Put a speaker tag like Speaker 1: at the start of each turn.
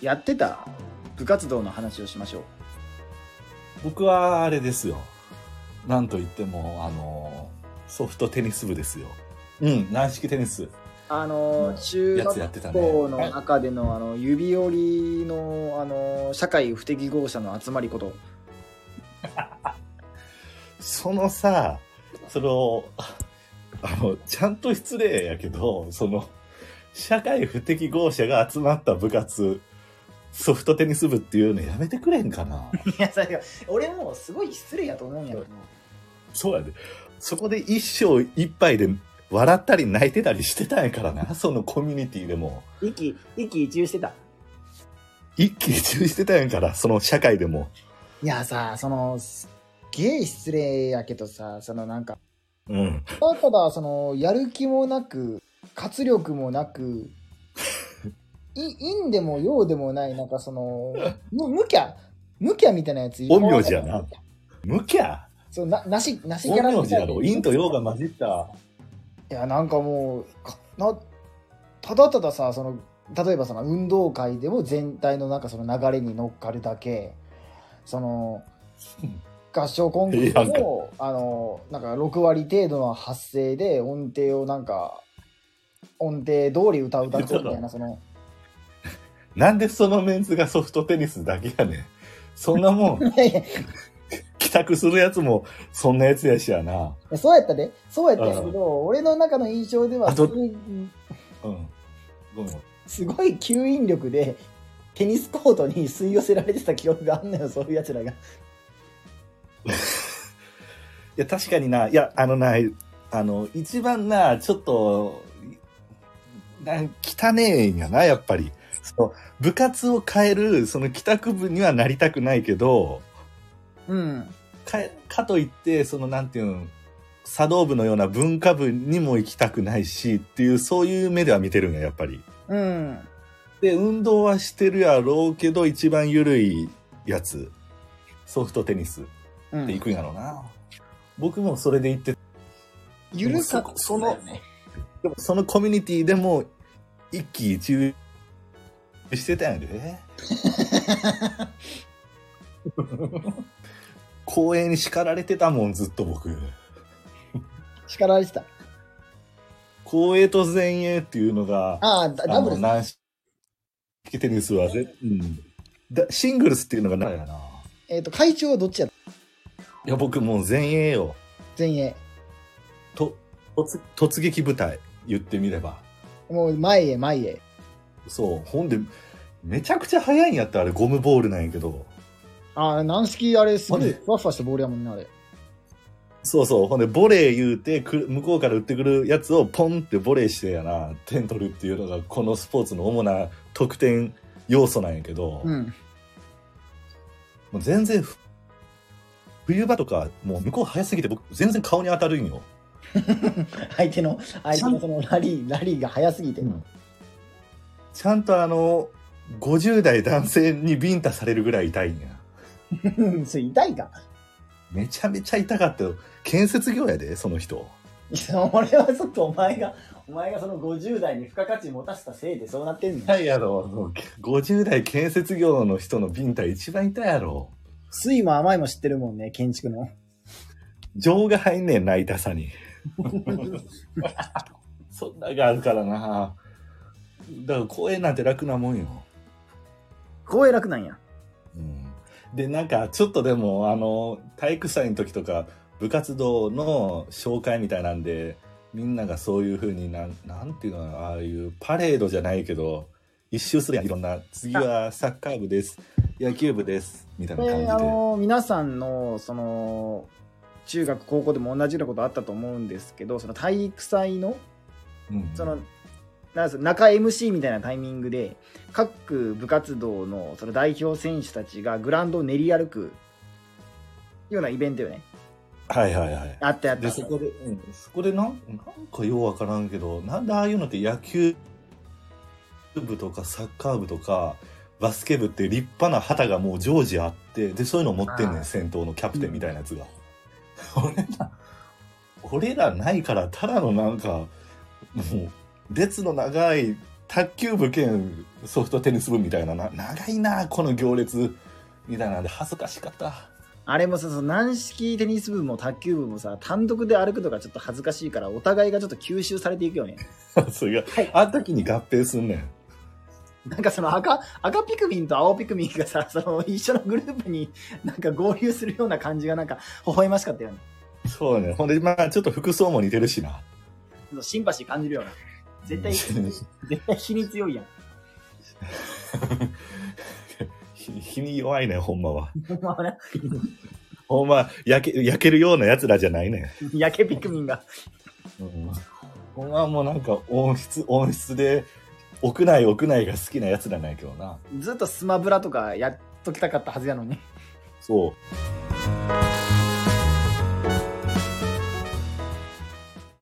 Speaker 1: やってた部活動の話をしましょう。
Speaker 2: 僕はあれですよ。なんといっても、あの、ソフトテニス部ですよ。うん、軟式テニス。
Speaker 1: あの
Speaker 2: うん
Speaker 1: 中
Speaker 2: やつやってた
Speaker 1: 学
Speaker 2: ね
Speaker 1: 校の中での,、あの指折りのあの社会不適合者の集まりこと
Speaker 2: そのさ、その、あの、ちゃんと失礼やけど、その、社会不適合者が集まった部活、ソフトテニス部っていうのやめてくれんか な。
Speaker 1: いやそれ俺もすごい失礼やと思うんやけど
Speaker 2: そうやで。そこで一生一杯で笑ったり泣いてたりしてたんやからな、そのコミュニティでも。
Speaker 1: 一気一気一憂してた
Speaker 2: 一喜一憂してたんやから、その社会でも。
Speaker 1: いやさそのすっげえ失礼やけどさそのなんか
Speaker 2: うん。
Speaker 1: ただただそのやる気もなく活力もな くい陰でも陽でもないなんかそのむ無キャ無キャみたいなやついっぱい
Speaker 2: 陰陽師やな無きゃ
Speaker 1: そうななしなしキャラ
Speaker 2: 本名
Speaker 1: み
Speaker 2: 字
Speaker 1: たいな
Speaker 2: やろ。陰と陽が混じった。
Speaker 1: いやなんかもうかなただたださその例えばその運動会でも全体のなんかその流れに乗っかるだけその
Speaker 2: うん
Speaker 1: 合唱コンク
Speaker 2: いや
Speaker 1: ー
Speaker 2: なん
Speaker 1: ル
Speaker 2: か
Speaker 1: もあのなんか6割程度の発声で音程をなんか音程通り歌う歌ってみたいなその
Speaker 2: なんでそのメンズがソフトテニスだけやねん。そんなもん、
Speaker 1: いやいやい
Speaker 2: 帰宅するやつも、そんなやつやしやな。
Speaker 1: やそうやったでそうやったんやけど俺の中の印象では
Speaker 2: あ
Speaker 1: す
Speaker 2: と
Speaker 1: ごい
Speaker 2: うん。ごめん。
Speaker 1: すごい吸引力でテニスコートに吸い寄せられてた記憶があんのよそういうやつらが。
Speaker 2: いや、確かにな、いや、あのな、あの、一番な、ちょっと、なん汚ねえんやな、やっぱり。その部活を変える、その帰宅部にはなりたくないけど、
Speaker 1: うん
Speaker 2: か、かといって、その、なんていうん、茶道部のような文化部にも行きたくないしっていう、そういう目では見てるんや、やっぱり。
Speaker 1: うん。
Speaker 2: で、運動はしてるやろうけど、一番ゆるいやつ、ソフトテニス
Speaker 1: う
Speaker 2: って行くんやろうな。僕もそれで行って、
Speaker 1: ゆるか
Speaker 2: そそのでもそのコミュニティでも一喜一憂してたんやで、ね。公園に叱られてたもん、ずっと僕。
Speaker 1: 叱られてた。
Speaker 2: 公営と前衛っていうのが、
Speaker 1: ああ、ダダ
Speaker 2: あ
Speaker 1: ブ
Speaker 2: の、
Speaker 1: ルス。
Speaker 2: 軟式テニスはぜ、うんだ。シングルスっていうのがないやな。
Speaker 1: えっ、と、会長はどっちや
Speaker 2: いや、僕もう前衛よ。
Speaker 1: 前衛。
Speaker 2: と、突突撃部隊、言ってみれば。
Speaker 1: もう前へ前へ。
Speaker 2: そう。ほんで、めちゃくちゃ速いんやった、あれ、ゴムボールなんやけど。
Speaker 1: ああ、軟式あれすご
Speaker 2: あ
Speaker 1: い
Speaker 2: れ
Speaker 1: ふわふわしたボールやもんね、あれ。
Speaker 2: そうそう。ほんで、ボレー言うてくる、向こうから打ってくるやつをポンってボレーしてやな、点取るっていうのが、このスポーツの主な得点要素なんやけど、
Speaker 1: う
Speaker 2: も
Speaker 1: ん。
Speaker 2: う全然ふ、冬場とか、もう向こう速すぎて、僕、全然顔に当たるんよ。
Speaker 1: 相手の、相手のそのラリー、ラリーが早すぎて。
Speaker 2: ちゃんとあの、50代男性にビンタされるぐらい痛いんや。
Speaker 1: うん、それ痛いか。
Speaker 2: めちゃめちゃ痛かったよ。建設業やで、その人。
Speaker 1: いや 俺はちょっとお前が、お前がその50代に付加価値持たせたせいでそうなってんねん。
Speaker 2: 痛いやろ。もう50代建設業の人のビンタ一番痛いやろ。
Speaker 1: 酸いも甘いも知ってるもんね、建築 の。
Speaker 2: 情が入んねんな、痛さに。そんながあるからな。だから公園なんて楽なもんよ。
Speaker 1: 公営楽なんや。
Speaker 2: うんでなんかちょっとでもあの体育祭の時とか部活動の紹介みたいなんでみんながそういうふうになんなんていうのかなああいうパレードじゃないけど一周するやんいろんな次はサッカー部です野球部ですみたいな感じ
Speaker 1: で
Speaker 2: で、
Speaker 1: あの皆さんのその中学高校でも同じようなことあったと思うんですけどその体育祭の
Speaker 2: うん
Speaker 1: その、なんです中 MC みたいなタイミングで各部活動のその代表選手たちがグラウンドを練り歩くようなイベントよね
Speaker 2: はいはいはい
Speaker 1: あったやった
Speaker 2: でそこで、うん、そこでなんなんかようわからんけどなんでああいうのって野球部とかサッカー部とかバスケ部って立派な旗がもう常時あってでそういうの持ってんね
Speaker 1: あー
Speaker 2: ん先頭のキャプテンみたいなやつが、俺ら俺らないからただのなんかもう列の長い卓球部兼ソフトテニス部みたいなな長いなこの行列みたいなんで恥ずかしかった
Speaker 1: あれもさ、その軟式テニス部も卓球部もさ、単独で歩くのがちょっと恥ずかしいから、お互いがちょっと吸収されていくよね。
Speaker 2: それが、
Speaker 1: はい
Speaker 2: あん時に合併すんねん
Speaker 1: なんかその赤、赤ピクミンと青ピクミンがさ、 その一緒のグループになんか合流するような感じがなんか微笑ましかったよね。
Speaker 2: そうねほんでまあちょっと服装も似てるしな
Speaker 1: ちょっとシンパシー感じるような。絶 対、絶対気に強いやん。
Speaker 2: 日日に弱いねんほんまは
Speaker 1: ほんまはね
Speaker 2: ほんま焼け焼けるようなやつらじゃないね
Speaker 1: 焼けピクミンが。
Speaker 2: ん、ほんまはもうなんか温室温室で屋内屋内が好きなやつらなんやけどな
Speaker 1: ずっとスマブラとかやっときたかったはずやのに。
Speaker 2: そう